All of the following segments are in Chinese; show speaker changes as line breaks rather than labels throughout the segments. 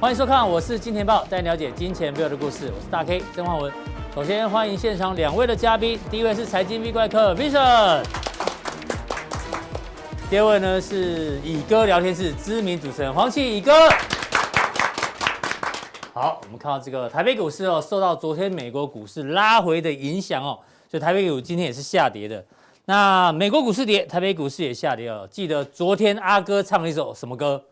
欢迎收看，我是金钱豹，带你了解金钱背后的故事。我是大 K 曾焕文。首先欢迎现场两位的嘉宾，第一位是财经 V 怪客 Vision，第二位呢是以哥聊天室知名主持人黄启以哥。好，我们看到这个台北股市哦，受到昨天美国股市拉回的影响哦，所以台北股今天也是下跌的。那美国股市跌，台北股市也下跌哦。记得昨天阿哥唱了一首什么歌？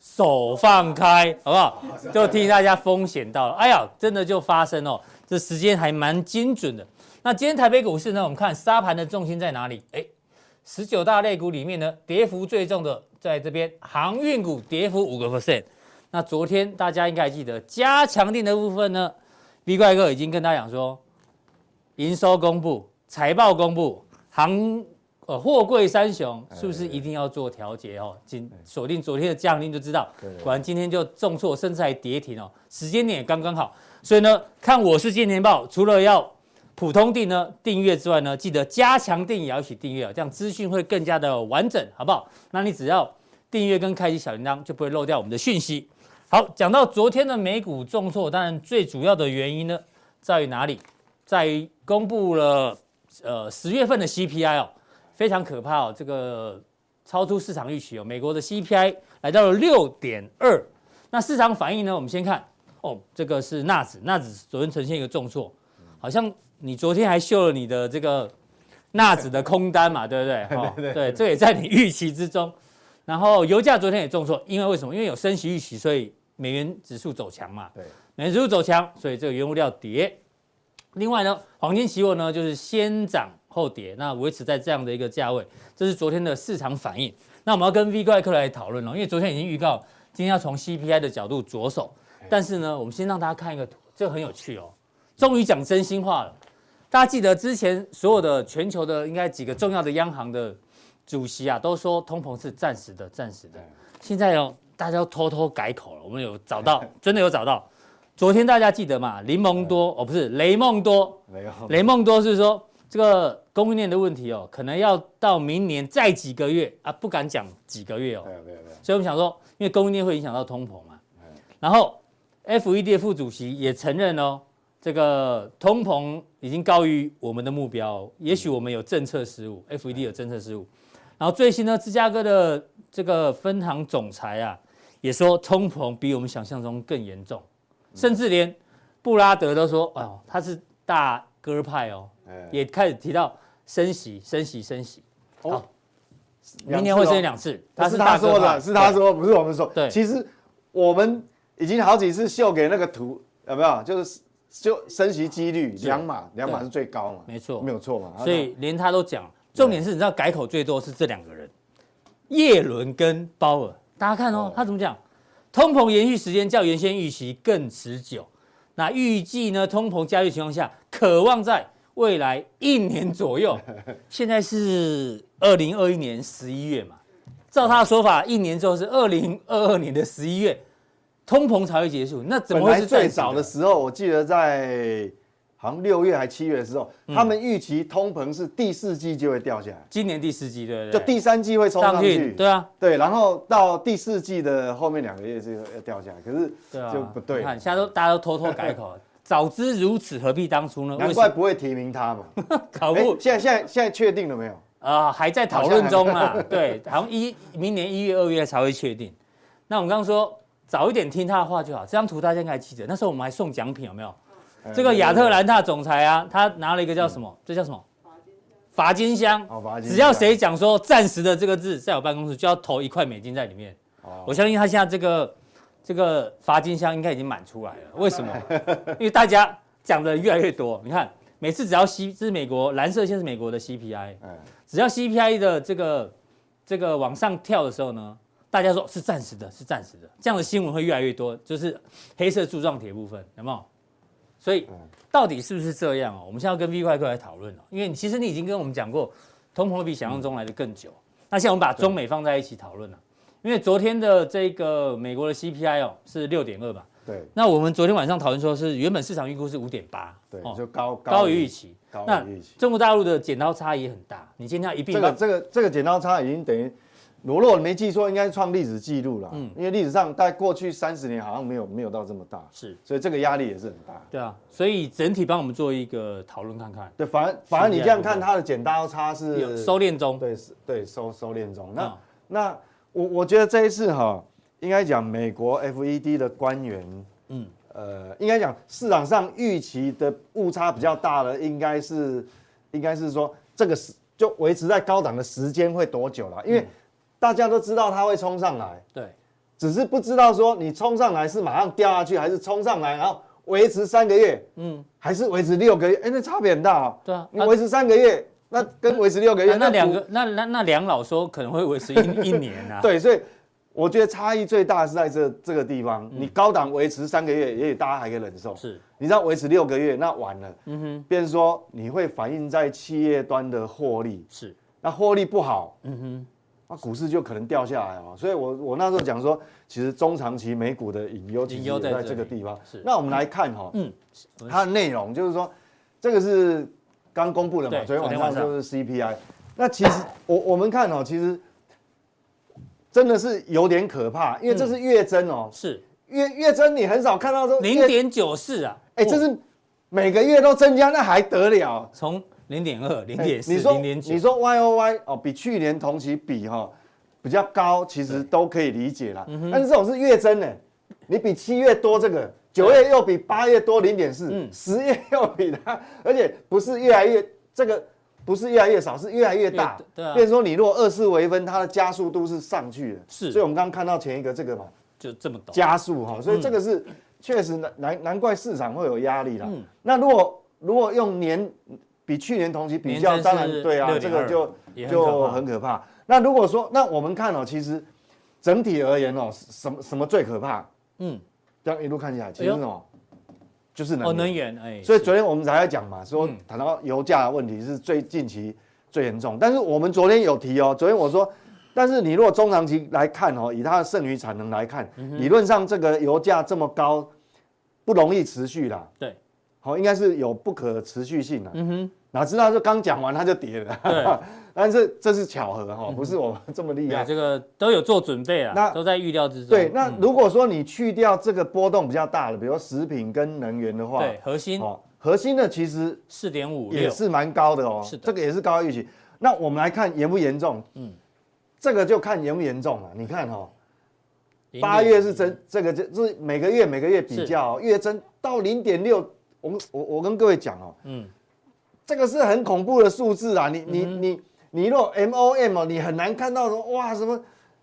手放开，好不好？就提醒大家风险到了。哎呀，真的就发生哦，这时间还蛮精准的。那今天台北股市呢？我们看沙盘的重心在哪里？哎，十九大类股里面呢，跌幅最重的在这边，航运股跌幅五个 percent。那昨天大家应该还记得，加强定的部分呢，B 怪哥已经跟大家讲说，营收公布、财报公布、航呃货柜三雄是不是一定要做调节哦？紧锁定昨天的降令就知道，果然今天就重挫，甚至还跌停哦，时间点也刚刚好。所以呢，看我是金钱豹，除了要普通订呢订阅之外呢，记得加强订也要一起订阅哦，这样资讯会更加的完整，好不好？那你只要订阅跟开启小铃铛，就不会漏掉我们的讯息。好，讲到昨天的美股重挫，当然最主要的原因呢，在于哪里？在于公布了呃十月份的 CPI 哦，非常可怕哦，这个超出市场预期哦，美国的 CPI 来到了六点二，那市场反应呢？我们先看哦，这个是纳指，纳指昨天呈现一个重挫，好像你昨天还秀了你的这个纳指的空单 嘛，对不对？哦、对对，这也在你预期之中。然后油价昨天也重挫，因为为什么？因为有升息预期，所以美元指数走强嘛。
对，
美元指数走强，所以这个原物料跌。另外呢，黄金期货呢就是先涨后跌，那维持在这样的一个价位，这是昨天的市场反应。那我们要跟 V 怪客来讨论哦，因为昨天已经预告今天要从 CPI 的角度着手，但是呢，我们先让大家看一个图，这个很有趣哦，终于讲真心话了。大家记得之前所有的全球的应该几个重要的央行的主席啊，都说通膨是暂时的，暂时的。现在哦，大家都偷偷改口了，我们有找到，真的有找到。昨天大家记得嘛？林蒙多哦，不是雷蒙多，
没有，
雷蒙多是说这个供应链的问题哦，可能要到明年再几个月啊，不敢讲几个月哦，
没有，没有，没有，
所以我们想说，因为供应链会影响到通膨嘛。
哎
然后 FED 的副主席也承认哦，这个通膨已经高于我们的目标哦、也许我们有政策失误，FED
哎
有政策失误。然后最新呢，芝加哥的这个分行总裁啊，也说通膨比我们想象中更严重，
嗯
甚至连布拉德都说，哦，他是大鸽派哦，
哎
也开始提到升息、升息、升息，
哦
好
两次
明年会
哦
升两次，
不是他
大鸽
说
派
的，是他
对
说，不是我们说。
对
其实我们已经好几次秀给那个图，有没有？就是就升息几率
是
两码，两码是最高嘛，
没错
没有错嘛。
所以连他都讲。重点是，你知道改口最多是这两个人，叶伦跟鲍尔。大家看哦
哦，
他怎么讲？通膨延续时间较原先预期更持久。那预计呢，通膨加剧情况下，渴望在未来一年左 右。现在是二零二一年十一月嘛，照他的说法，一年之后是二零二二年的十一月，通膨才会结束。那怎
本
么会
来
是
最
暂时
早的时候，我记得在好像六月还七月的时候，
嗯
他们预期通膨是第四季就会掉下来，
今年第四季对不
就
对？
第三季会冲上去。
对啊，
对，然后到第四季的后面两个月就要掉下来，可是
对啊，
就不对
你
了
看，现在都大家都偷偷改 口，早知如此，何必当初呢？
难
为
怪
什么
不会提名他嘛。
搞
哎
不，
现在现在现在确定了没有？
啊？还在讨论中啊？ 对，好像一明年一月、二月才会确定。那我们刚刚说早一点听他的话就好。这张图大家应该还记得，那时候我们还送奖品，有没有？
哎
这个亚特兰大总裁啊，他拿了一个叫什么？这叫什么？罚金箱。
好嗯哦罚金箱
只要谁讲说“暂时的”这个字，在我办公室就要投一块美金在里面。
哦
我相信他现在这个这个罚金箱应该已经满出来了。为 什么？因为大家讲的越来越多。你看，每次只要 C，这是美国蓝色线是美国的 CPI，
哎，
只要 CPI 的这个这个往上跳的时候呢，大家说是暂时的，是暂时的，这样的新闻会越来越多，就是黑色柱状体的部分，有没有？所以到底是不是这样哦？我们现在要跟 V 怪客来讨论哦，因为你其实你已经跟我们讲过，通膨比想象中来的更久。那现在我们把中美放在一起讨论了，啊因为昨天的这个美国的 CPI 哦是六点二吧，
对
那我们昨天晚上讨论说是原本市场预估是五点八，
对，
哦
就高
高于预，期。
高
那
于预期。
中国大陆的剪刀差也很大，你今天要一并
这
把
个这个这个剪刀差已经等于如果我没记错，应该是创历史记录了。嗯，因为历史上在过去三十年好像没有没有到这么大，
是，
所以这个压力也是很大。
对啊，所以整体帮我们做一个讨论看看，
对，反而反而你这样看，它的剪刀差
有
是
收敛中，
对是对收收敛中。那、
嗯
那我我觉得这一次哈，应该讲美国 FED 的官员，
嗯
嗯，呃，应该讲市场上预期的误差比较大的，应该是应该是说这个时就维持在高档的时间会多久了？
嗯
因为大家都知道它会冲上来，
对，
只是不知道说你冲上来是马上掉下去，还是冲上来然后维持三个月，嗯，还是维持六个月？哎、那差别很大哦。
对啊
你
啊
维持三个月，那跟维持六个月，
啊那
股
两个那那那梁老说可能会维持一一年啊，
对，所以我觉得差异最大是在这这个地方，你高档维持三个月，也许大家还可以忍受。
是，
你知道维持六个月，那完了，嗯哼，变成说你会反映在企业端的获利，
是，
那获利不好，嗯哼，那股市就可能掉下来哦。所以我我那时候讲说，其实中长期美股的隐忧其实
隐忧
也
在
在
这
这个
里
地方
是。
那我们来看哈、
嗯，
它的内容就是说，这个是刚公布的嘛，
对
昨天晚上
昨天
就是 CPI。那其实我我们看哦，其实真的是有点可怕，因为
嗯
这是月增哦，
是
月月增你很少看到说
零
月，
点九四啊，
哎，这是每个月都增加，那还得了？
从零点二、零
哎
点四、
你说
零点九
你，说 Y O Y 哦，比去年同期比哈、比较高，其实都可以理解啦。
嗯
但是这种是月增呢，你比七月多这个，九月又比八月多零点
嗯
四，十月又比它，而且不是越来越这个不是越来越少，是越来越大
越。对啊
变成说你如果二次微分，它的加速度是上去的。
是
所以我们刚刚看到前一个这个嘛，
就这么陡，
加速哈，所以这个是确实难难难怪市场会有压力啦。
嗯
那如果如果用年比去年同期比较，
年增
当
是
然对啊，
6.2
这个就
也很可怕
就很可怕。那如果说那我们看哦，其实整体而言哦，什么什么最可怕？
嗯，
这样一路看起来，其实
哎呦
哦，就是
哦，
能
能
源。
源，哎，
所以
是
昨天我们才在讲嘛，说
嗯
谈到油价的问题是最近期最严重，但是我们昨天有提哦，昨天我说，但是你如果中长期来看哦，以它的剩余产能来看，
嗯
理论上这个油价这么高，不容易持续啦，
对，
好、应该是有不可持续性啦。
嗯哼，
哪知道就刚讲完它就跌
对
了，但是这是巧合
嗯
哈、不是我们这么厉害
对，。这个都有做准备啊，
那
都在预料之中，
对，那如果说你去掉这个波动比较大的，比如说食品跟能源的话，
对，核心
哦，核心的其实
四点五
也
六，
是蛮高的哦。
是的
这个也是高于预期。那我们来看严不严重？嗯，这个就看严不严重了。你看哦，
0.5
八月是
嗯
真，这个就是每个月每个月比较、哦，月增到零点六。我们我我跟各位讲哦，
嗯，
这个是很恐怖的数字啊！你你、你你若 MOM 哦，你很难看到说哇什么。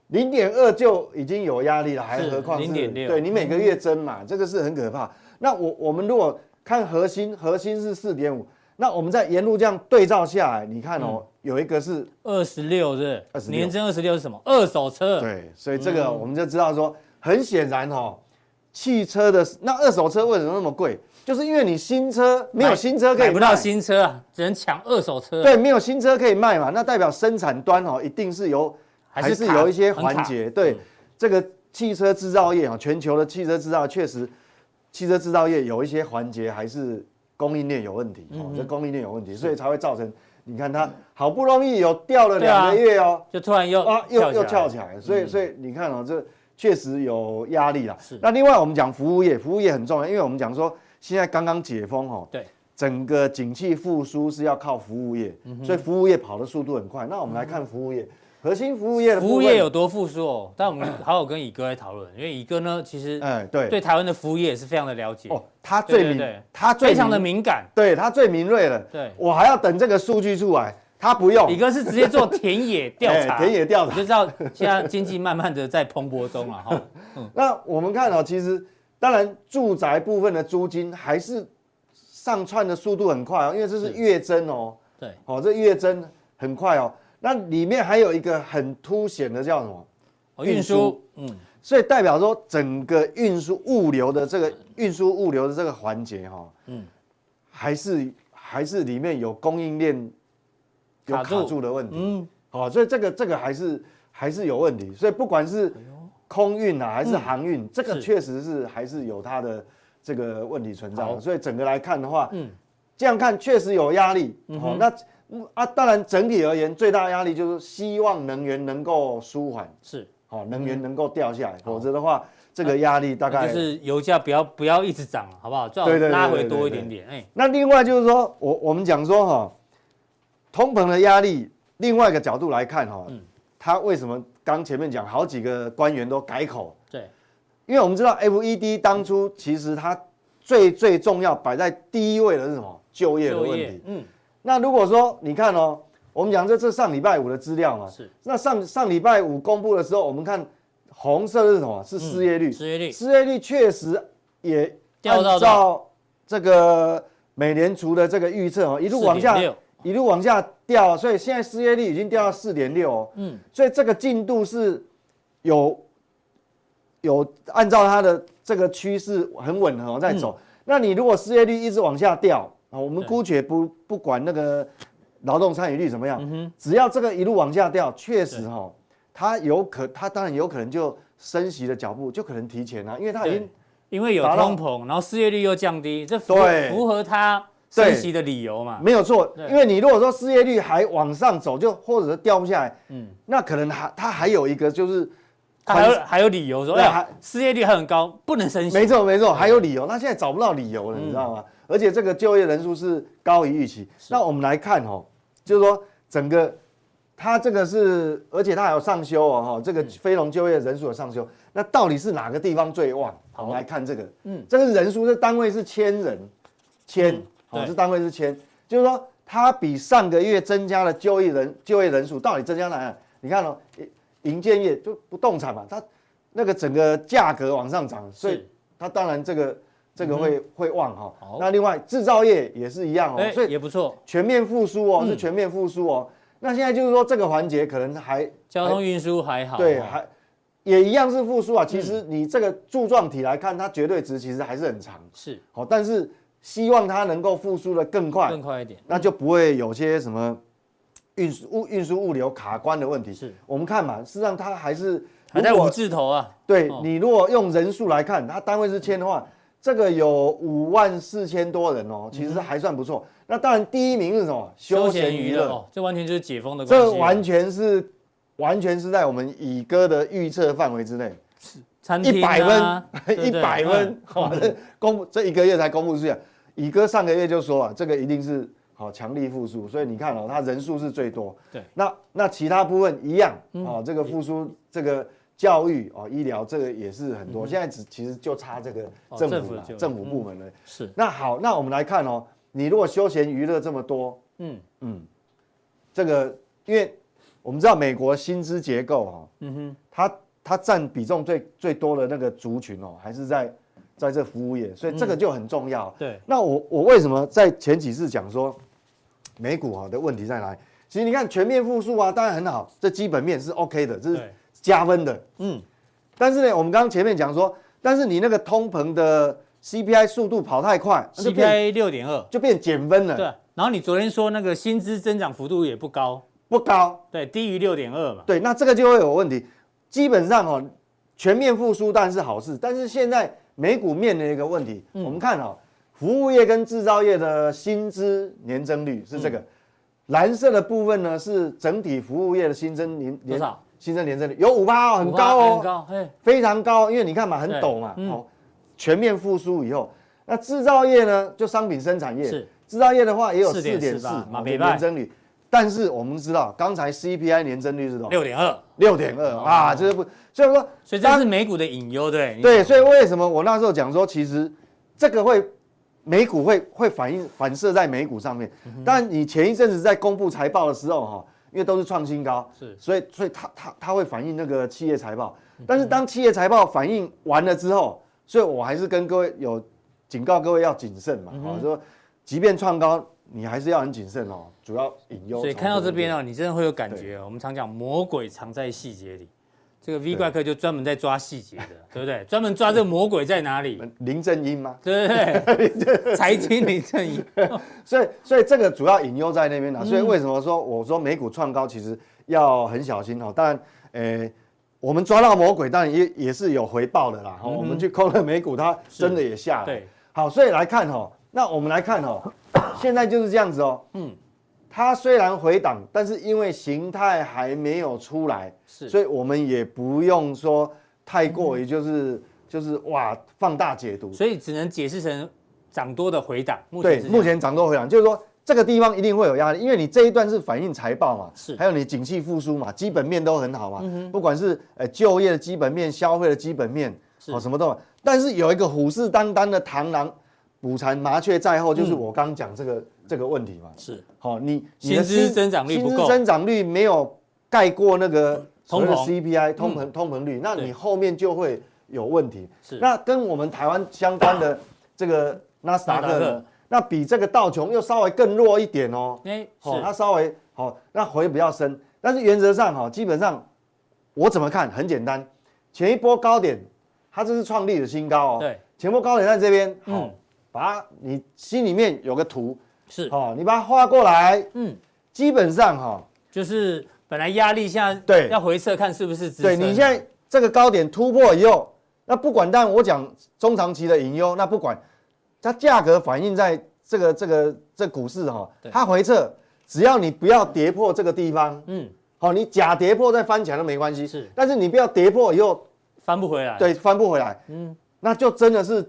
零点二就已经有压力了，还
是
何况是
0.6
对你每个
嗯
月增嘛，这个是很可怕。那我我们如果看核心，核心是四点五，那我们在沿路这样对照下来，你看
嗯
哦，有一个是
二十六是不是
26
年增二十六是什么？二手车，
对，所以这
嗯
个我们就知道说，很显然哦，汽车的那二手车为什么那么贵，就是因为你新车没有
买
新车可以
买不到
卖
新车啊，只能抢二手车啊，
对，没有新车可以卖嘛，那代表生产端哦，一定是有
还
还
是
是
卡
有一些
很
环
卡嗯
节。对，这个汽车制造业啊，全球的汽车制造确实，汽车制造业有一些环节还是供应链有问题
嗯
哦，这供应链有问题，所以才会造成你看它好不容易有掉了
对啊
两个月哦，
就突然又
啊，又又
起来嗯
翘起来，所以所以你看哦，这确实有压力啦
是。
那另外我们讲服务业，服务业很重要，因为我们讲说现在刚刚解封哦，
对，
整个景气复苏是要靠服务业，
嗯
所以服务业跑的速度很快。那我们来看服务业，核心服务业的部
服务
分
业有，多复苏哦，但我们好好跟乙哥来讨论，因为乙哥呢，其实
哎，对
对台湾的服务业也是非常的了解，
哦，它
对
最
对
敏
对，，
它最
非常的
敏，
敏感。
对它最敏锐了。
对
我还要等这个数据出来，它不用
乙。哥是直接做田野调查，
哦 哎田野调查
你就知道现在经济慢慢的在蓬勃中了 哈。
那我们看哦，其实当然住宅部分的租金还是上窜的速度很快哦，因为这是月增哦，
对，
哦，这月增很快哦。那里面还有一个很凸显的叫什么？
哦
运
运输
输，
嗯，
所以代表说整个运输物流的这
嗯
个运输物流的这个环节哈、哦，嗯，还是还是里面有供应链有
卡
卡
住
住的问题，嗯，好、所以这个这个还是还是有问题，所以不管是空运啊还是航运，这个
哎嗯是
确实是还是有它的这个问题存在
好
的，所以整个来看的话，嗯，这样看确实有压力，好、那嗯啊，当然整体而言，最大压力就是希望能源能够舒缓，
是，
好、能源能够掉下来，否则的话，这个压力大概
啊就是油价不要不要一直涨，好不好？最好
对对对
拉回
对对
多一
对
点点，哎，
那另外就是说，我我们讲说哈、通膨的压力，另外一个角度来看哈、
嗯
它为什么刚前面讲好几个官员都改口？
对，
因为我们知道 FED 当初其实它最最重要摆在第一位的是什么？就业的问题。
嗯，
那如果说你看哦，我们讲这这上礼拜五的资料嘛，
是
那上上礼拜五公布的时候，我们看红色的是什么？是失业率。
失业率，
失业率确实也
掉到
嗯按照这个美联储的这个预测哦，一路往下，
4.6
一路往下掉，所以现在失业率已经掉到四点六哦，
嗯，
所以这个进度是有有按照它的这个趋势很吻合哦在走。
嗯
那你如果失业率一直往下掉啊，我们
对嗯
姑且不不管那个劳动参与率怎么样，只要这个一路往下掉，确实哈、哦，它有可它当然有可能就升息的脚步就可能提前啊了、因为它已
对
经
因为有
达到
通膨，然后失业率又降低，这符
对
符合它升息的理由嘛？
没有错
啊对，
因为你如果说失业率还往上走，就或者是掉不下来，
嗯
嗯，那可能还它还有一个就是
它还有还有理由说，哎
对
呀
还，
失业率还很高，不能升息。
没错没
嗯
错，还有理由，那现在找不到理由了，你知道吗？而且这个就业人数是高于预期。那我们来看哦，就是说整个它这个是，而且它还有上修哦，哈，
嗯
这个非农就业人数有上修，那到底是哪个地方最旺？
好
我们来看这个，
嗯
嗯，这个人数这单位是千人，千
嗯，
好，
对
这单位是千，就是说它比上个月增加了就业人就业人数，到底增加哪里？你看哦，营建业就不动产嘛，它那个整个价格往上涨，所以
是嗯
它当然这个这个会、会旺哈、
好
那另外制造业也是一样哦，
哎嗯
所，以
也不错。
全面复苏哦，是全面复苏哦。那现在就是说这个环节可能还
交通运输还好，嗯
对
哦
还也一样是复苏啊。其实你这个柱状体来看，它绝对值其实还是很长，
是
好、但是希望它能够复苏的更快，
更快一点。
那就不会有些什么运输物运输物流卡关的问题。
是
我们看嘛，事实上它还是
还在
如
五
果
字头啊，
对
哦
你如果用人数来看，它单位是千的话，这个有五万四千多人哦，其实还算不错。那当然第一名是什么？休闲娱乐，
哦，这完全就是解封的关系啊
这
了。
完全是完全是在我们乙哥的预测范围之内，
餐
一
厅
百
啊对
分，
不
一
对
百
嗯
分，好，这公布这一个月才公布出来。乙哥上个月就说啊，这个一定是好强力复苏，所以你看哦，它人数是最多。
对，嗯
那那其他部分一样哦，这个复苏这个教育哦，医疗这个也是很多，现在只其实就差这个
嗯哦
政
政
府
府
啦
就
政府部门了。
是，
那好，那我们来看哦，你如果休闲娱乐这么多，
嗯
这个因为我们知道美国薪资结构哦，
嗯哼，
它它占比重最最多的那个族群哦，还是在在这服务业，所以
嗯
这个就很重要。
对，
那我我为什么在前几次讲说美股啊的问题在哪里？其实你看全面复苏啊，当然很好，这基本面是 OK 的，这是
对
加分的。
嗯，
但是呢，我们刚刚前面讲说，但是你那个通膨的 CPI 速度跑太快那就变
CPI 六点二，
就变减分
对啊
了，。
然后你昨天说那个薪资增长幅度也不高，
不高。
对，低于六点二嘛，
对，那这个就会有问题。基本上哦，全面复苏当然是好事，但是现在美股面临一个问题，
嗯
我们看哦，服务业跟制造业的薪资年增率是这
嗯
个，蓝色的部分呢是整体服务业的新增年
多
年
少？
新增年增率有五八哦，很高
5%
哦，
很高，嘿，
非常高，哦因为你看嘛，很
对
陡嘛，
嗯
哦，全面复苏以后，那制造业呢，就商品生产业，
是
制造业的话也有四点
4.4
四哦
嘛没办法
年增率，但是我们知道刚才 CPI 年增率是多少？
六点二，
六点
哦
二啊，这是不，所以说
所以这是美股的隐忧，对，你
对，所以为什么我那时候讲说，其实这个会美股会会反映反射在美股上面。
嗯
但你前一阵子在公布财报的时候哈，因为都是创新高，
是嗯
所以所以它它它会反映那个企业财报。但是当企业财报反映完了之后，所以我还是跟各位有警告各位要谨慎
嗯
嘛，好、说即便创高，你还是要很谨慎哦，主要隐忧。
所以看到这边
哦，
哦，你真的会有感觉哦。我们常讲魔鬼藏在细节里，这个 V 怪客就专门在抓细节的， 对不对？专门抓这个魔鬼在哪里，
嗯林正英吗？
对不 对？财经林正英，
所以，所以这个主要隐忧在那边啊
嗯
啦。所以为什么说我说美股创高其实要很小心哦？当然，呃，我们抓到魔鬼，当然也也是有回报的啦。哦，我们去空了美股，它真的也下来。
嗯对，
哦好，所以来看哈、那我们来看哈、现在就是这样子哦。嗯，它虽然回档，但是因为形态还没有出来，
是嗯
所以我们也不用说太过于就是、就是哇放大解读。
所以只能解释成涨多的回档。目前
对
是，这样
目前涨多回档，就是说这个地方一定会有压力，因为你这一段是反映财报嘛，
是嗯
还有你景气复苏嘛，基本面都很好嘛，不管是呃就业的基本面、消费的基本面，
是
哦什么都有，但是有一个虎视眈眈的螳螂捕蝉，麻雀在后，
嗯
就是我刚讲这个、这个问题嘛，
是
好、你你
薪
的
资增长率不够
薪资增长率没有盖过那个所谓的
通膨嗯
CPI 通膨通膨率，那
对
你后面就会有问题。
是
那跟我们台湾相关的这个纳斯达
纳
克
斯达克
呢，那比这个道琼又稍微更弱一点哦。
哎
好、
是
它稍微好、那回比较深，但是原则上哈、基本上我怎么看很简单，前一波高点它这是创历史新高哦。
对，
前一波高点在这边，好、
嗯
把它你心里面有个图，
是
哦，你把它画过来，
嗯，
基本上哈、
就是本来压力现在
对
要回撤看是不是支撑
对你现在这个高点突破以后，那不管，但我讲中长期的隐忧，那不管它价格反映在这个这个这股市哈、
对
它回撤，只要你不要跌破这个地方，
嗯
好、你假跌破再翻起来都没关系，
是
但是你不要跌破以后，
翻不回来。
对，翻不回来，
嗯
嗯，那就真的是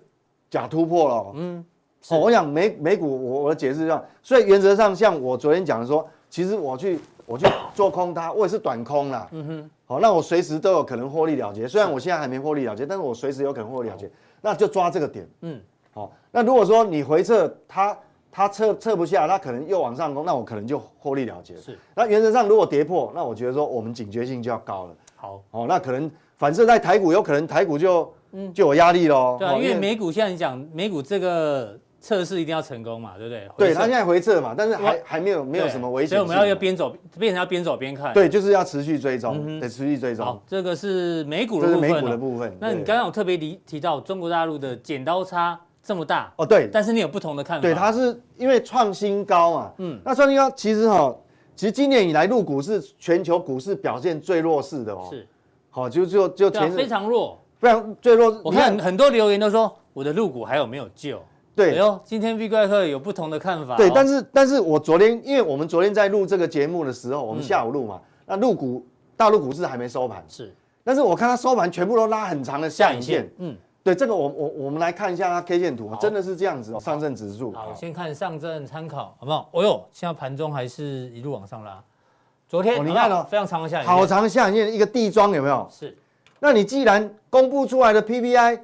假突破了哦、
嗯
哦，我想美美股，我我的解释一下，所以原则上像我昨天讲的说，其实我去我去做空它，我也是短空啦。嗯哼。好、那我随时都有可能获利了结，虽然我现在还没获利了结，但是我随时有可能获利了结，那就抓这个点。
嗯
好、那如果说你回撤它，它测测不下，它可能又往上攻，那我可能就获利了结。
是。
那原则上如果跌破，那我觉得说我们警觉性就要高了。
好。
哦，那可能反射在台股，有可能台股就就有压力喽。
嗯对啊，
哦
因为美股现在你讲美股这这个测试一定要成功嘛，对不对？
对，
回撤
它现在回撤嘛，但是还还没有没有
对
什么危
所
险性
以
嘛。
我们要要边走变成要边走边看。，
对，就是要持续追
嗯
踪，
哼
得持续追踪
好，，这个是美股
这
的
是
部分
美
哦。
股的部分。
那你
对
刚刚有特别提提到中国大陆的剪刀差这么大，
哦，对
但是你有不同的看法。
对，它是因为创新高嘛，
嗯
嗯，那创新高其实哈，其实今年以来入股是全球股市表现最弱势的哦，
是
好，就就就
对啊、
全
非常弱。
非常最弱，
我
你
看很多留言都说我的入股还有没有救？哎
对
呦，今天 V 怪客有不同的看法哦、
对，但是但是我昨天，因为我们昨天在录这个节目的时候，
嗯
我们下午录嘛，那入股大陆股市还没收盘，
是
但是我看它收盘全部都拉很长的下影线，，
嗯，
对，这个我我我们来看一下它 K 线图
好，
真的是这样子哦，上证指数，
好，先看上证参考，好不好？哦呦，现在盘中还是一路往上拉。昨天、
哦你
有没有
看哦
非常长的下影线，
好长下影线一个地庄有没有？
是
那你既然公布出来的 PPI，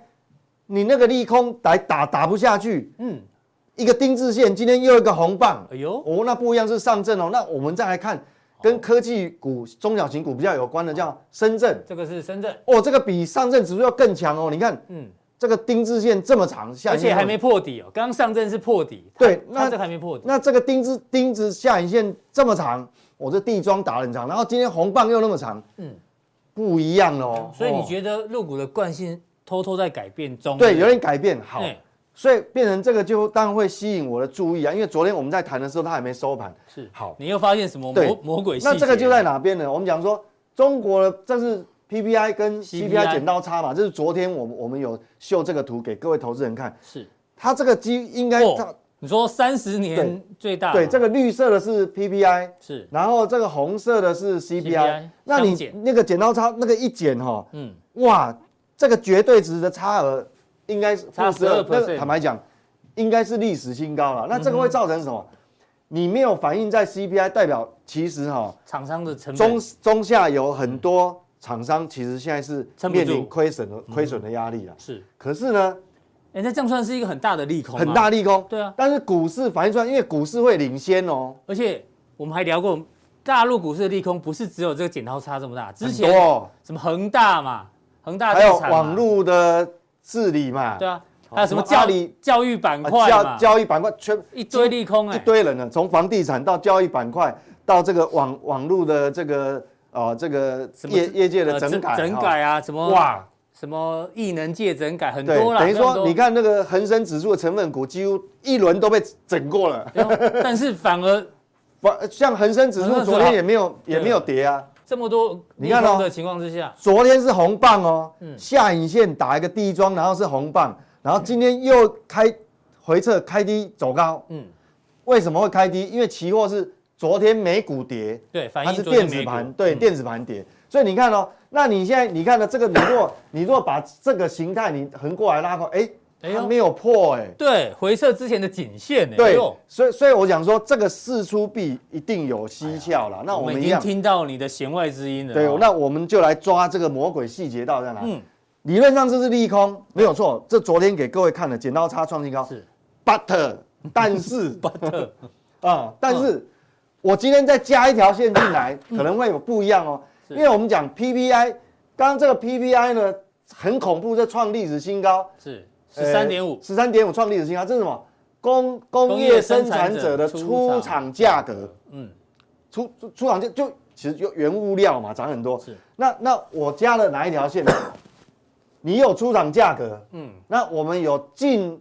你那个利空来打打不下去，
嗯，
一个丁字线，今天又一个红棒，
哎呦，
哦，那不一样是上证哦。那我们再来看跟科技股、中小型股比较有关的，叫深圳
这个是深圳，
哦，这个比上证指数要更强哦。你看
嗯，
这个丁字线这么长，下
而
影线
且还没破底哦，刚刚上证是破底，它
对
它
那
这个还没破底，
那这个钉子钉子下影线这么长，我、这地桩打得很长，然后今天红棒又那么长，
嗯
嗯，不一样哦。
所以你
得、
觉得入股的惯性偷偷在改变中？
对
不
有点改变好，
哎
所以变成这个就当然会吸引我的注意啊，因为昨天我们在谈的时候它还没收盘，
是
好
你又发现什么
对
魔魔鬼细节？
那这个就在哪边呢？我们讲说中国的这是 PPI 跟
CPI
CPI 剪刀差嘛，这是昨天我们我们有秀这个图给各位投资人看，
是
它这个基应该它、
哦，你说三十年最大嘛
对这个绿色的是 PPI。
是
然后这个红色的是
CPI
CPI，那
相
你
减
那个剪刀差那个一剪哈、哦
嗯
哇，这个绝对值的差额应该是
差
负12
12%
那个坦白讲，应该是历史新高了。那这
嗯
个会造成什么？你没有反映在 CPI，代表其实哈、
厂商的成本
中中下游很多厂商其实现在是
撑不
面
住嗯
临亏损的亏损的压力了。
是
可是呢，
哎，那这样算是一个很大的利空，
很大。利空。
对啊
但是股市反映出来，因为股市会领先哦。
而且我们还聊过，大陆股市的利空不是只有这个剪刀差这么大，之
很
前
多哦
什么恒大嘛，恒大
还有
地产嘛
网络的治理嘛，
对啊，
哦
还有什么
什么
教
阿里
教育板
啊
块嘛
交，交易板块全
一堆利空
一
哎，
堆人呢，从房地产到交易板块，到这个网网络的这个呃这个
什么
业业界的
呃
整改，
整
哈
改啊，什么
哇，
什么异能界整改很
对，
多啦，
等于
非常多
说你看那个恒生指数的成分股几乎一轮都被整过了，
哎呦 但是反而
反像恒生指
恒生指
数
数
昨天也没有
对
也没有跌啊，
这么多利
你看哦
空的情况之下，
昨天是红棒哦，
嗯
下影线打一个低桩，然后是红棒，然后今天又开回撤开低走高，
嗯
为什么会开低？因为期货是昨天美股跌，
对，反
它
映
是
昨天
电子
美股嗯
盘，对，电子盘跌。所以你看哦，那你现在你看的这个，你若你若把这个形态你横过来拉过来，
哎
哎，
呦
它没有破哎，
对回撤之前的颈线呢，哎
对
呦，
所以所以我讲说这个事出必一定有蹊跷啦。那
哎我
我
们
们
已
一
经
样，
听到你的弦外之音了哦，
对，那我们就来抓这个魔鬼细节到底在哪？
嗯
理论上这是利空，没有错。这昨天给各位看了，剪刀差创新高
是
，but 但是
but 嗯
啊，但是我今天再加一条线进来，可能会有不一样哦。
是
因为我们讲 PPI，刚刚这个 PPI 呢很恐怖，这创历史新高，
是
呃
十三点五，
十三点五创历史新高，这是什么？工工
业
业生
生产
产
者
者的
出
出
厂
厂价格，
嗯，
出出出厂价就其实就原物料嘛，涨很多。
是
那那我加了哪一条 线？你有出厂价格，
嗯
嗯，那我们有进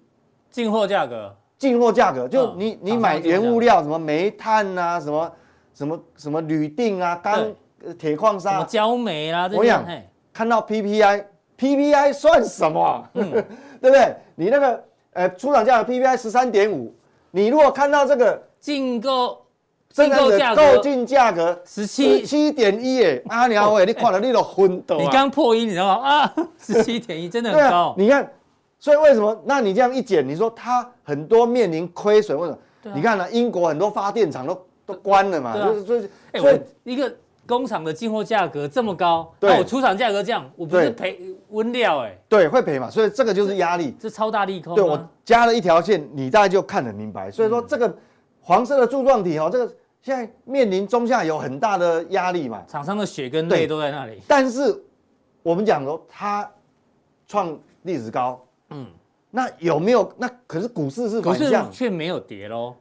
进货价格
进货价格，就
嗯
你、你
厂商
买
进货价
原
格
物料什么煤炭啊，什么什么什么铝锭啊，钢
对
呃铁矿
什么
砂，
焦煤啦，这
我
些
想
嘿
看到 PPI，PPI 算什么？
嗯
对不对？你那个呃出厂价格 PPI 十三点五，你如果看到这个
进购
生
进
产
购
者
价
购
格
进价格
十七
七点一耶，阿 娘喂，你看了你都昏倒啊！
你刚破音，你知道吗？啊， 十七点一，真的
对
很
啊
高，。
你看，所以为什么？那你这样一减，你说它很多面临亏损，为什么？
对啊
你看呢、英国很多发电厂都都关了嘛，
对啊
就是就是，
哎，
所以
我一个工厂的进货价格这么高，
对
那我出厂价格这样，我不是
对
赔温料哎，
对会赔嘛，所以这个就是压力。
这超大利空啊。
对我加了一条线，你大概就看得明白。所以
嗯
说这个黄色的柱状体哦，这个现在面临中下游很大的压力嘛。
厂商的血跟泪
对
都在那里。
但是我们讲说它创历史高，
嗯，
那有没有？那可是股市是
可
反
是
向，
却没有跌喽。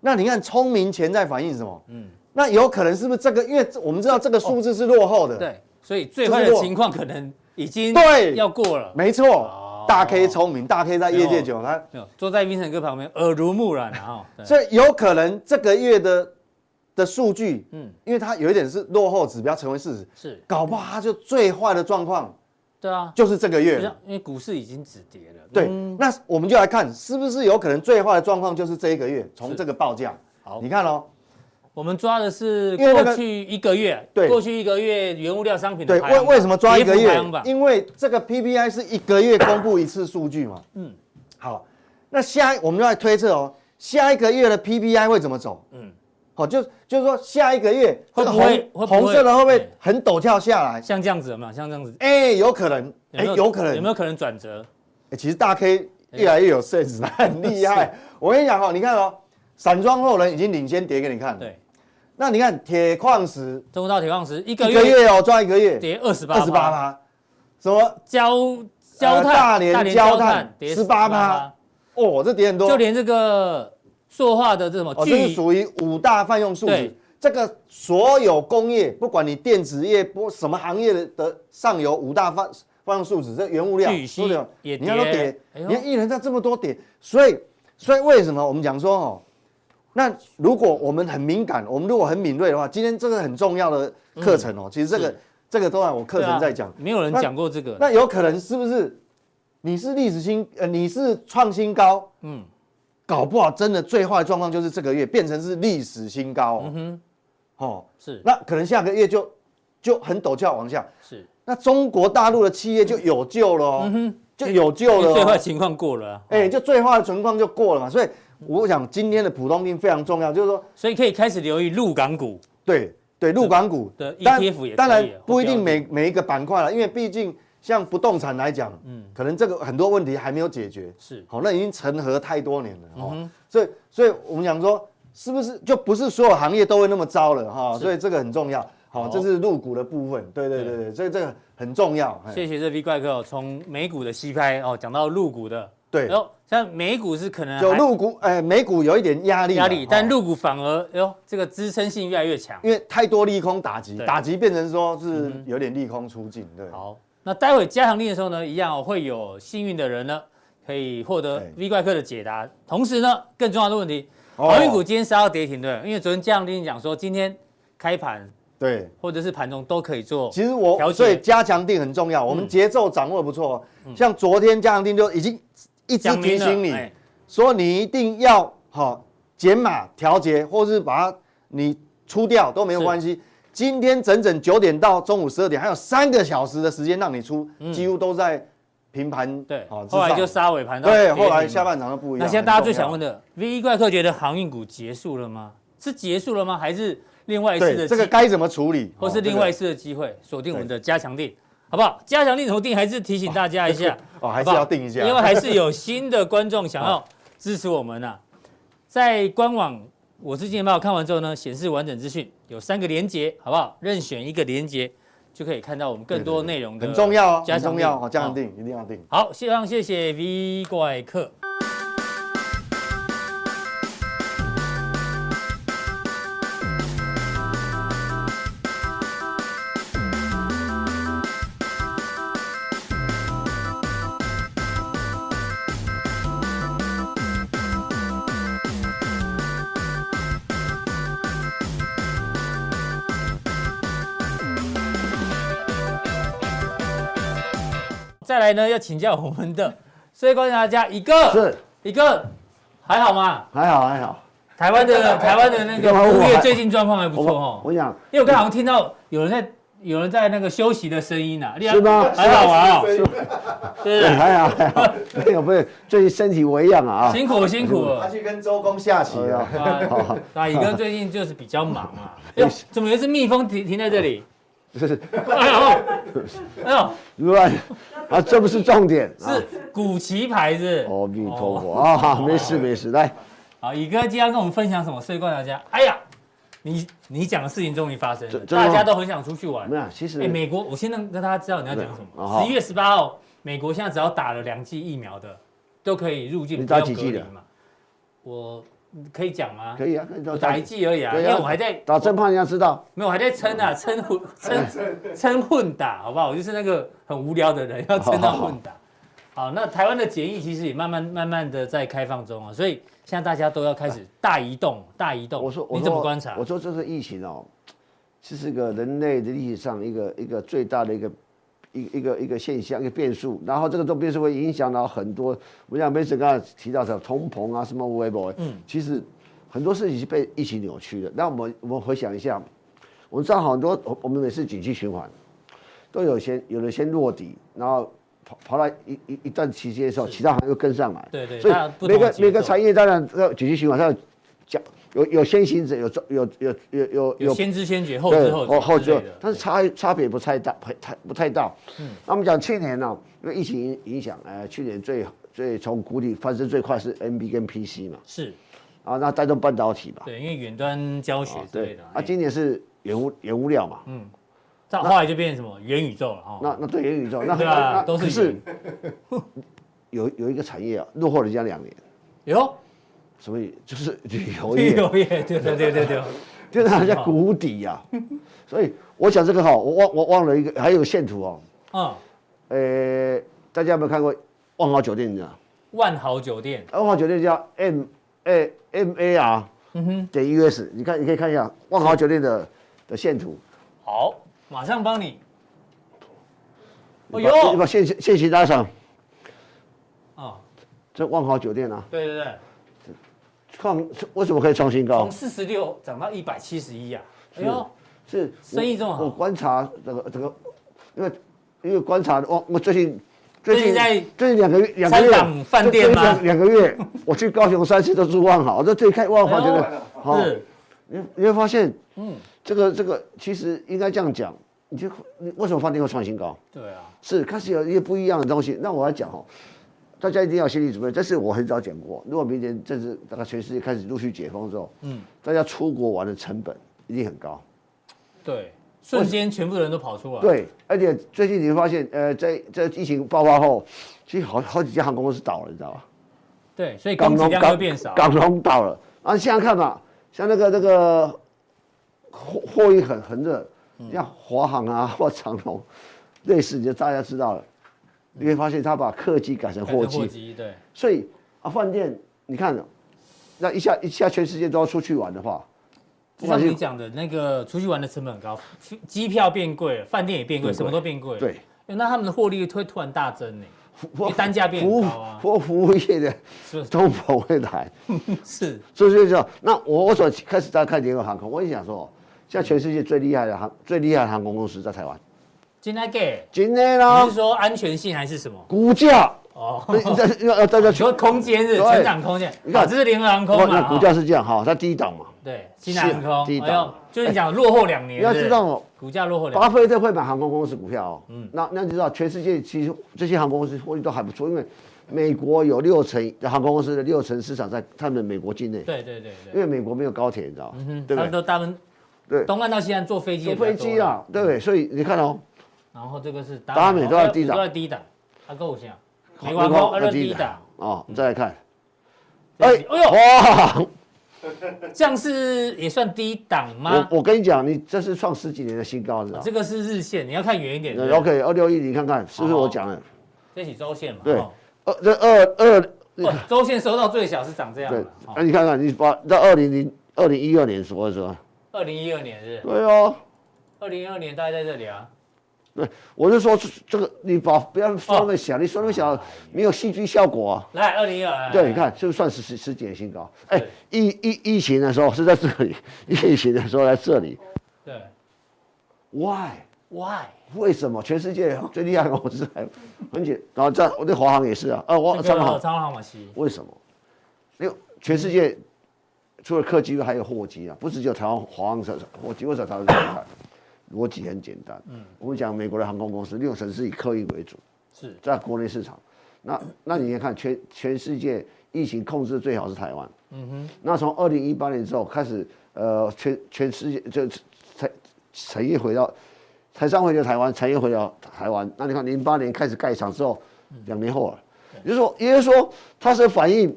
那你看聪明钱在反映什么？
嗯，
那有可能是不是这个？因为这我们知道这个数字是落后的，，
对，所以最坏的情况可能已经
对
要过了。
没
哦
错。大 K 聪明，大 K 在业界久，他
没有坐在冰城哥旁边，耳濡目染然后， 对
所以有可能这个月的的数据，
嗯
嗯，因为它有一点是落后指标成为事实，
是，
搞不好它就最坏的状况
对啊，
就是这个月
就
了
像。因为股市已经止跌了。
对，
嗯
那我们就来看是不是有可能最坏的状况就是这一个月，从这个报价，
好嗯
你看哦，
我们抓的是
因为那个
过去一个月，
对
过去一个月原物料商品的
对，
排行
为
榜
为什么抓一个
跌幅
月
排行？榜
因为这个 PPI 是一个月公布一次数据嘛。
嗯
嗯，好，那下一我们就来推测哦，下一个月的 PPI 会怎么走？
嗯
嗯，好，就就是说下一个月
会
这个
不会会不
红
会
红色的会不
对
会很陡跳下来？
像这样子有没有？像这样子，
哎，有可能，哎，有可
有
能
没。有可能转折？
哎其实大 K 越来越有 sense，了 很厉害。我跟你讲哦，你看哦，散装后人已经领先跌给你看。
对，
那你看铁矿石
中国到铁矿石一个
一个
月
月哦，抓一个月
跌二十八，
二十八，趴，什么？
焦焦炭
呃大连焦炭
跌
18%
趴，
哦，这跌很多，
就连这个塑化的这什么
哦，这是
聚
属于五大泛用数值
对。
这个所有工业，不管你电子业不什么行业的的上游五大泛泛用数值，这原物料
聚酰
都有
也
你看都
跌
跌，
哎呦
你看一人在这么多跌，所以所以为什么我们讲说哦，那如果我们很敏感，我们如果很敏锐的话，今天这个很重要的课程哦，其实这
嗯
个
是
这个都在我课
对啊
程在讲，
没有人讲过这个。
那有可能是不是你是历史新呃你是创新高，
嗯，
搞不好真的最坏的状况就是这个月变成是历史新高哦，
嗯
哦
是
那可能下个月就就很陡峭往下
哼，，是，
那中国大陆的企业就有救了哦，就有救
因
了、
为嗯哎最坏
哦，
情况过了啊，
哎、就最坏的情况就过了嘛，所以我想今天的普通病非常重要，就是说
所以可以开始留意陆港股。
对对，陆港股
对对 ETF
当
，E 也可以啊
当然
或
不一定
标的
每每一个板块了，因为毕竟像不动产来讲，嗯，可能这个很多问题还没有解决，
是，嗯
好、那已经成核太多年了哦，所以所以我们讲说，是不是就不是所有行业都会那么糟了哈、
是
所以这个很重要，好、
好
这是入股的部分，对对对对，所以这个很重要，嘿
谢谢这 V 怪客哦从美股的西拍哦讲到陆股的，
对
然，后像美股是可能
就
还
入股，哎、美股有一点压力啦，
压力，
哦
但入股反而哎呦这个支撑性越来越强。
因为太多利空打击，
对嗯
打击变成说是有点利空出尽，对，
好，那待会加强力的时候呢，一样、哦、会有幸运的人呢可以获得
哎
V 怪客的解答。同时呢，更重要的问题，
哦
航运股今天杀到跌停，对不对，因为昨天加强力讲说今天开盘
对。
或者是盘中都可以做。
其实
调
我
节
所以加强定很重
嗯
要，我们节奏掌握得不错哦。像昨天加强定就已经一直
讲
提
明了
醒你，
哎
说你一定要好减码调节，或是把它你出掉都没有关系。今天整整九点到中午十二点，还有三个小时的时间让你出，几乎都在平盘。
嗯对，
哦
后来
之
就
上
杀尾盘到跌
对，
停
后来
嘛
下半场都不一样。
那现在大家最想问
的，
的，V 怪客觉得航运股结束了吗？是结束了吗？还是另外一次的
对这个
机
该怎么处理，
或
哦
是另外一次的机会，锁定我们的加强定，好不好？加强定怎么定？还是提醒大家一下，
这个哦还
好不
是
好
要定一下，啊
因为还是有新的观众想 要支持我们呐、在官网《我是金钱豹》看完之后呢，显示完整资讯有三个连接，好不好？任选一个连接就可以看到我们更多内容的，
很重要哦，
加
很
强
重
定
要哦，这
哦
样定一定要定。
好，希望谢谢 V 怪客。再来呢，要请教我们的， 所以观察家一个
是，
一个还好吗？
还好还好，
台湾的台湾的那个
干嘛问
服
我
务业
还
最近状况还不错哦。
我想
因为我刚好像听到有人在有人在那个休息的声音呐、啊，
是吗
很好玩哦，对
对
不
还好还好，没有不是最近身体微恙啊
对？辛苦辛苦
他
了。
去跟周公下棋了。
哎
啊，那乙哥最近就是比较忙 啊。哎呦，怎么有一只蜜蜂停停在这里？
是
哎呦，哎呦，
乱啊，这 不是重点啊。哦
是哦古奇牌是？
阿弥陀佛啊，没事没事，来，
好，乙哥今天要跟我们分享什么？所以观察家，哎呀，你你讲的事情终于发生了，
真真的
大
吗
家都很想出去玩
没。有，其实
哎，美国，我先让让大家知道你要讲什
对好
么。十一月十八号，美国现在只要打了两剂疫苗的，都可以入境，
你
不要
打
隔
几剂
离
了
嘛。我可以讲吗？
可以啊，
我
打
打一剂而已啊，
对
因
啊
为我还在
打针怕人家知道，
没有，我还在撑
哦
啊， 撑混撑撑混打，好不好？我就是那个很无聊的
哦
人，要撑到混打。好，那台湾的检疫其实也慢慢慢慢的在开放中啊，所以现在大家都要开始大移动，大移动。
我说我
你
说
怎么观察
我？说这次疫情哦，这是个人类的历史上一个一个最大的一个。一一个一个现象，一个变数，然后这个这种变数会影响到很多。我想梅子刚才提到的通膨啊，什么微博，嗯，其实很多事情是被疫情扭曲的。那我们我们回想一下，我们知道很多，我我们每次景气循环，都有先有人先落底，然后跑跑到一一一段期间的时候，其他行业又跟上来。
对对
所以
大家不同
每
的
个
节奏
每个产业当然要景气循环，它有讲有有先行者，有中有有有有
有先知先觉，后知后
对哦
觉
后
之
知
类
后
的，嗯
但是差差别不太大，不太不太大。那我们讲去年呢、因为疫情影影响，呃，去年最最从谷底翻身最快是 NB 跟 PC 嘛，
是
啊，那带动半导体嘛，
对，因为远端教学
啊
之类的。嗯
啊，
哎
今年是原物原物料嘛，
到后来就变成什么元宇宙了哈。
那那对元宇 宙，那
对啊
那
都是
可
云
是有有一个产业啊，落后人家两年，
哟，
所以就是旅游
旅
业，
游业，对对对对对，
就是人家谷 底呀、所以我讲这个哈、我忘我忘了一个，还有个线图哦，
嗯，
呃，大家有没有看过万豪酒店？你知道？
万豪酒店，
万豪酒店叫 M A M A R
嗯哼，
点 U S，你看你可以看一下万豪酒店的的线图。
好，马上帮你。哎
你把你
呦，
把线线形拉上，
啊，
这万豪酒店啊，
对对对，
创为什么可以创新高
从？四十六涨到一百七十一啊，哎呦，
是我
生意这么好
我观察这个这个，因为因为观察我我最近
最近在
最近两个月两个
三档
月
饭店吗
最近两两个月我去高雄三次都住万豪，我在这里看万豪觉哦
哎
得好，
是，
你你会发现
嗯，
这个这个其实应该这样讲，你就你为什么饭店会创新高？
对啊，
是开始有一些不一样的东西。那我要讲哦，大家一定要有心理准备。这是我很早讲过，如果明年这是大概全世界开始陆续解封之后，
嗯
嗯，大家出国玩的成本一定很高。
对，瞬间全部人都跑出来，，
对，而且最近你会发现，呃，在在疫情爆发后，其实好好几家航空公司倒了，你知道吧？
对，所以供给量会变少，
港龙倒了。啊，想想看嘛，像那个那个货货运很很热，
嗯
像华航啊或长龙，类似你就大家知道了。你会发现他把客机改成
改成
货机
货，机，对，
所以啊，饭店你看，那一下一下全世界都要出去玩的话，
就像
不管是
你讲的那个出去玩的成本很高，机票变贵了，饭店也变贵，
对
什么都变贵，
对，
哎，那他们的获利会突然大增呢， 因为单价变很
服
高啊，
服服务业
是
的通膨会来，
是，
所以就是说，那我我所开始在看联合航空，我也想说，现在全世界最厉害的航最厉害的航空公司在台湾，
今天给
今天
你
呢
是，说安全性还是什么？
股价
哦，
大家要要大家
你说空间是
对
成长空间，
你看
啊，这是联合航空
那
嘛？
股
哦
价是这样哈，它低档嘛，
对，新航
是第
空，
一
哎呦
档，
就是你讲落后两
你
年，
要
是不
知
是
道哦。
股价落后两
巴
年，
菲特会买航空公司股票哦，
嗯
那那你知道全世界其实这些航空公司获利都还不错，因为美国有六成航空公司的六成市场在他们美国境内，
对对对
因
对，
为美国没有高铁，你知道吗？
嗯
嗯对
哼，他
不对
们都他们
对
东岸到西岸坐飞机
有
也比较
飞
多
机啊，对不对？所以你看哦，
然后这个是达
达美都要低档
都要低档，它够像美国航空它都低档，
哦，你再来看，
哎
哎，
哎呦
哇！
这样是也算低档吗？
我我跟你讲，你这是创十几年的新高，你知道
这个是日线，你要看远一点。对不对
OK，二六一，你看看是不是
好好
我讲的？
这起周线嘛，
对
哦
二这二二，
哦周线收到最小是长这样
对
嘛，哦
那你看看，你把到二零零二零一二年说的时候，啊
二零一二年是
对哦。
二零一二年大概在这里啊，
对，我是说这这个，你把不
哦
要说那么小，你说那么小没有戏剧效果、啊。
来二零哎一二，
对，你看，是不是算是十十几年新高？哎
对，
疫疫疫情的时候是在这里， 疫情的时候在这里
对
，why？
，why？
为什么全世界 最厉害的公司还很简？然后在我对华航也是啊，啊，我
这个
长航
长航马西，
为什么？因为全世界除了客机还有货机啊，不是只有台湾华航才货机，为什么台湾最厉害？逻辑很简单，嗯，我们讲美国的航空公司六成是以客运为主，
是
在国内市场。那那你也看全全世界疫情控制最好是台湾。嗯哼。那从二零一八年之后开始，呃，全全世界就产产业回到台商回流台湾，产业回到台湾。那你看零八年开始盖厂之后，两年后了，也就是说，也就是说，它是反映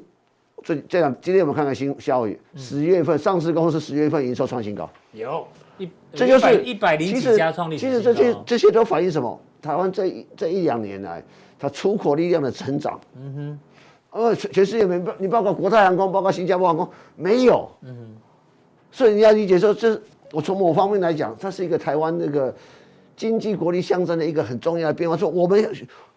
这这样。今天我们看看新消息，十月份上市公司十月份营收创新高。
有一，
这就是
一百零
其
几
实
家创立，哦
其实这些这些都反映什么？台湾这一这一两年来，它出口力量的成长。嗯哼。呃，全全世界没你包括国泰航空，包括新加坡航空，没有。嗯哼。所以你要理解说，这我从某方面来讲，它是一个台湾那个经济国力象征的一个很重要的变化。说我们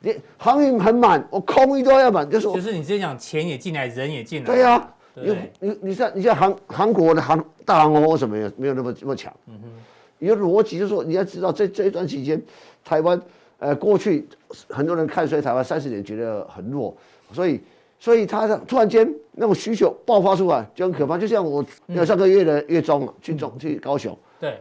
连航运很满，我空运都要满，就是我
就是你之前讲钱也进来，人也进来，
对啊呀、
对
你你你像你像韩韩国的韩大韩国为什么没有没有那么那么强？嗯哼，有逻辑就是说你要知道这这一段期间，台湾呃过去很多人看衰台湾三十年觉得很弱，所以所以他突然间那种需求爆发出来就很可怕。就像我
嗯
呃上个月的月中啊去中去高雄，
对，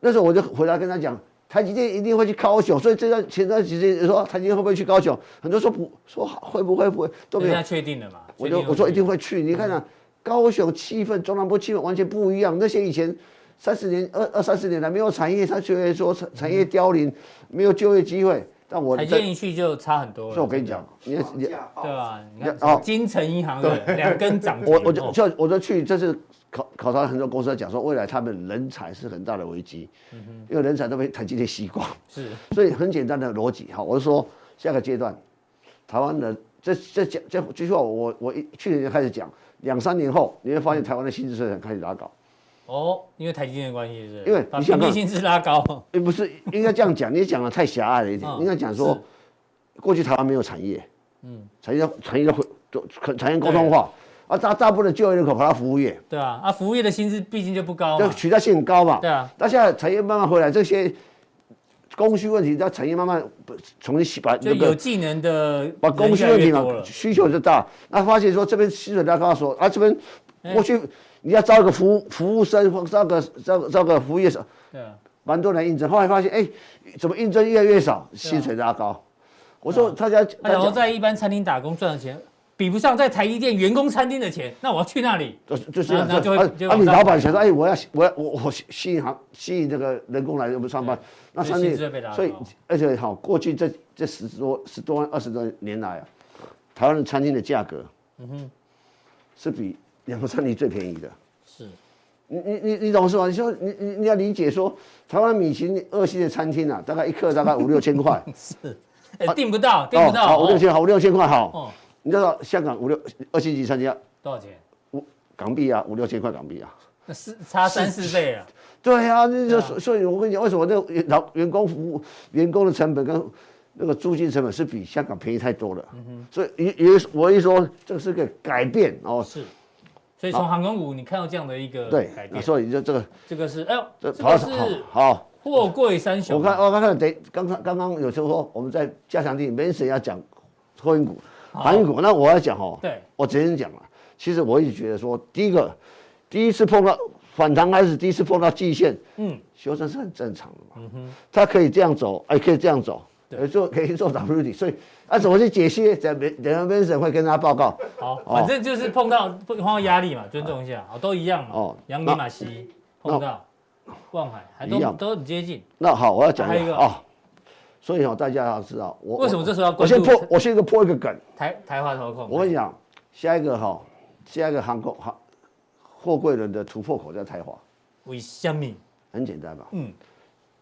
那时候我就回来跟他讲，台积电一定会去高雄，所以这段前段时间说台积电会不会去高雄，很多说不说会不会不会都没
人
有
家。确定了嘛，
我
确
就
定
我说
会
一定会去。你看啊，高雄气氛、中南部气氛完全不一样。那些以前三十年、二二三十年来没有产业，他觉得说产产业凋零，没有就业机会。但我
台积
在
电一去就差很多了，
所以我跟你讲，你要你
对吧？你看
你看哦
金城银行的两根涨停，
我我就
哦
就我就去，这次考考察很多公司在讲说，未来他们人才是很大的危机，因为人才都被台积电吸光。
是
所以很简单的逻辑哈，我是说下个阶段，台湾的这这讲这这句话我，我我一去年就开始讲，两三年后你会发现台湾的薪资水准开始拉高。
哦，因为台积电的关系是不是，
因为
把
你想
平
看
均薪资拉高，
也不是应该这样讲，你也讲的太狭隘了一点，
嗯
应该讲说，过去台湾没有产业，嗯，产业产业的会产业沟通化，啊大大部分的就业人口跑到服务业，
对啊，啊，服务业的薪资毕竟就不高
这
嘛，
取代性很高嘛，
哦对啊，
那现在产业慢慢回来，这些供需问题，那产业慢慢不重新把
就
这
有
个
技能的
把供需问题
嘛
嘛，需求就大，那发现说这边薪水拉高的时候，啊这边
哎
过去你要招一个服务服务生或招个招个招个服务业生。
对啊，
蛮多人应征，后来发现，哎、怎么应征越来越少，薪水拉高。我说大家，
啊那然后
大家
在一般餐厅打工赚的钱，比不上在台积电员工餐厅的钱，那我要去那里，
就就是
那那就会
啊
就会
啊，
往
你
上
老板
走
想说，哎、我要我要我我吸引行吸引这个人工来我们上班，那
所以
上
薪资就被拉高
所以而且好，过去这这十多十多万二十多年来啊，台湾的餐厅的价格，嗯哼，是比两个餐厅最便宜的。
是
你你你你懂是吧？你说你你你要理解说，台湾米其林二星的餐厅啊，大概一克大概五六千块，
是，哎， 订不到，订
哦，
不到，
好五六
哦
千，好五六千块好。
哦，
你知道香港五六二星级餐厅啊
多少钱？
五港币啊，五六千块港币啊。
那是差三四倍啊，
对啊，那
对
就
啊
所所以，我跟你讲，为什么那个员老员工服务员工的成本跟那个租金成本是比香港便宜太多了。所以也也我一说这个是个改变哦，
是。所以从航空股你看到这样的一个
对
改，变
那，所以你就这个
这个是哎呦，
嗯这
这个
好
是
好。
货柜三雄
我
啊，
看，我看看，得刚刚刚刚有时候说我们在加强地没谁要讲科银股、航运股，那我要讲哦。
对，
我直接讲了。其实我也觉得说，第一个，第一次碰到反弹开始，第一次碰到季线，
嗯，
修正是很正常的嘛。它可以这样走，哎，可以这样走，
对
也做可以做 W 底，所以啊，怎么去解析？等等下 v i n c 会跟他报告。
好，
哦
反正就是碰到碰到压力嘛，尊重一下，好，都一样嘛
哦。
阳
那
明、马西碰到，望海还
一
都
样
都很接近。
那好，我要讲
还有一
一
个
个啊、所以哦，大家要知道我
为什么这时候要
我
关
先
注
破，我先个破一个梗。
台台华投控？
我跟你啊讲，下一个哈、下一个航空航货柜轮的突破口在台华，
为什么？
很简单嘛。
嗯，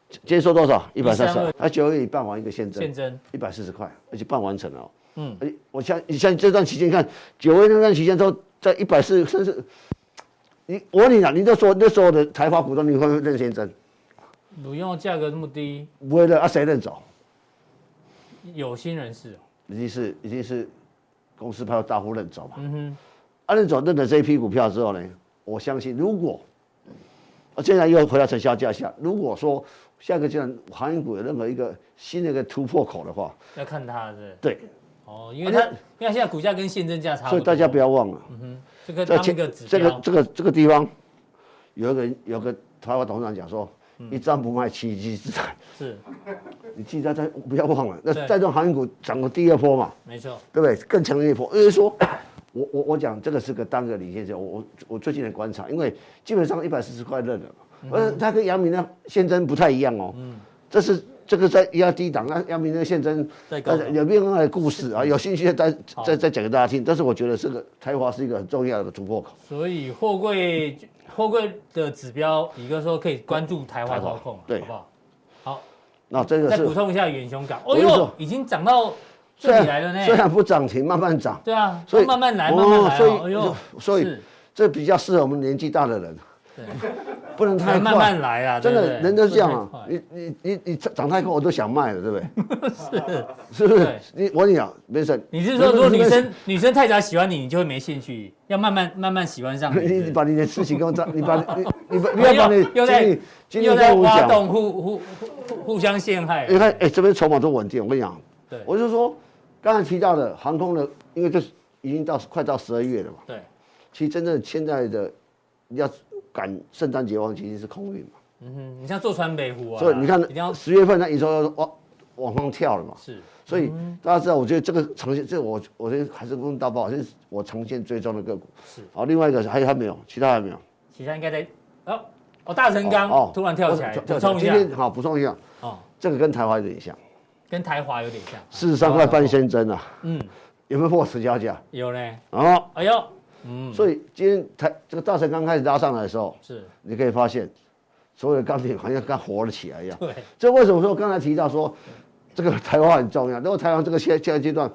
今天收多少？一百三十
132
二。那九月底办完一个现
现
增，
真
一百四十块，而且办完成了、哦。
嗯
嗯，而且我像你像这段期间看，九月那段期间都在一百四，甚至你我跟你讲，你那时候那时候的台华股东，你会不会认现增？
乳用价格那么低，
不会认啊，谁认走？
有心人士哦，
已经是已经是公司派大户认走嘛。
嗯哼，
啊，认走认了这一批股票之后呢，我相信如果，啊，现在又回到成交价下，如果说下个阶段航运股有任何一个新的一个突破口的话，
要看他是
对，
哦，因为他因为他现在股价跟现增价差不
所
多，
以大家不要忘了，
这个
在
当一个指
这
标
个，这个这个地方，有一个人有个台湾董事长讲说，
嗯
一张不卖奇迹之财，
是
你记得在不要忘了，那
对
带动航运股涨过第二波嘛，
没错，
对不对？更强烈一波，因为说， 我我我讲这个是个单个领先者，我我我最近的观察，因为基本上一百四十块认了，
嗯
而它跟阳明的现增不太一样哦，这是这个在压低档，那阳明的现增
在高
大
档嗯
家有另外的故事啊，有兴趣的再
好
再再讲给大家听。但是我觉得这个台华是一个很重要的一个突破口，
所以货柜货柜的指标，李哥说可以关注台华
台华
投控嘛，
对
啊好不好？好，
那这个
再
是
补充一下远雄港，
我
哦
跟你
呦
说，
已经涨到
虽
这里来了
然虽
呢。
然不涨停，慢慢涨，
对啊，
所以
慢慢来，
哦
慢慢来
所以
哦。哎呦，
所以
是
这比较适合我们年纪大的人， 不能太
慢
快，
慢来啊，
真
对不
的
对
人都这样
不能
啊
太！快
你你你你长太快，我都想卖了，对不 对？是不
对
是？你我跟你讲，没事。
你是说，如果
没
女
事
生女生太早喜欢你，你就会没兴趣，要慢慢慢慢喜欢上
没 事你
你
你。把你的事情跟我讲，你把你 你不
对
你要把你
又又
经
在
历经历
又在
跟我
挖
讲。
洞，互互互互互相陷害。啊
你看，哎，这边筹码都稳定。我跟你讲，
对
我就说刚才提到的航空的，因为这是已经到快到十二月了嘛。
对，
其实真正现在的要赶圣诞节旺季，其实是空运嘛。
嗯哼，你像坐船北湖啊，
所以你看
一定要，
十月份那营收要往往上跳了嘛。
是
所以大家知道，我觉得这个呈现，这我我这还是跟大报，这是我呈现追踪的个股。
是
好，另外一个是还有还没有，其他还没有。
其他应该在哦哦，大成刚突然跳起来，
我
补充一
今
下
天好补充一下，
哦，
这个跟台湾有点像，
跟台华有点像。
四十三块半先增啊，
嗯，
有没有破成交价？
有嘞，
哦，
哎呦，
所以今天台这个大成刚开始拉上来的时候，
是
你可以发现，所有的钢铁好像刚活了起来一样。
对，
这为什么说刚才提到说这个台湾很重要？那么台湾这个现现在阶段，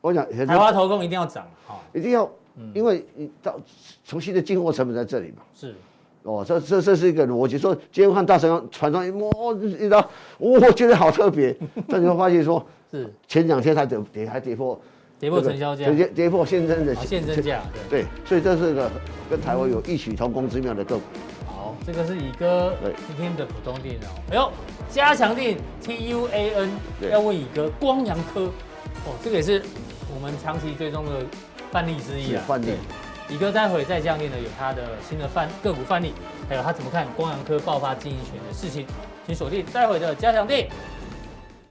我讲很
台
多
华投控一定要涨哦，
一定要，因为你到重新的进货成本在这里嘛。
是
哦，这这这是一个逻辑。说今天看大神船上一摸，哦一张，我我觉得好特 别。但你会发现说，
是
前两天才跌跌还跌破
跌破成交价
这个，跌跌破现增的
啊现增。价对。
对，所以这是个跟台湾有异曲同工之妙的个股。
好，这个是乙哥
对
今天的普通电脑。哎呦，加强电 T U A N
对
要问乙哥光阳科，哦，这个也是我们长期追踪的范例之一
是
啊。
范例
对。乙哥待会再讲练呢，有他的新的范个股范例，还有他怎么看光阳科爆发经营权的事情，请锁定待会的加强电。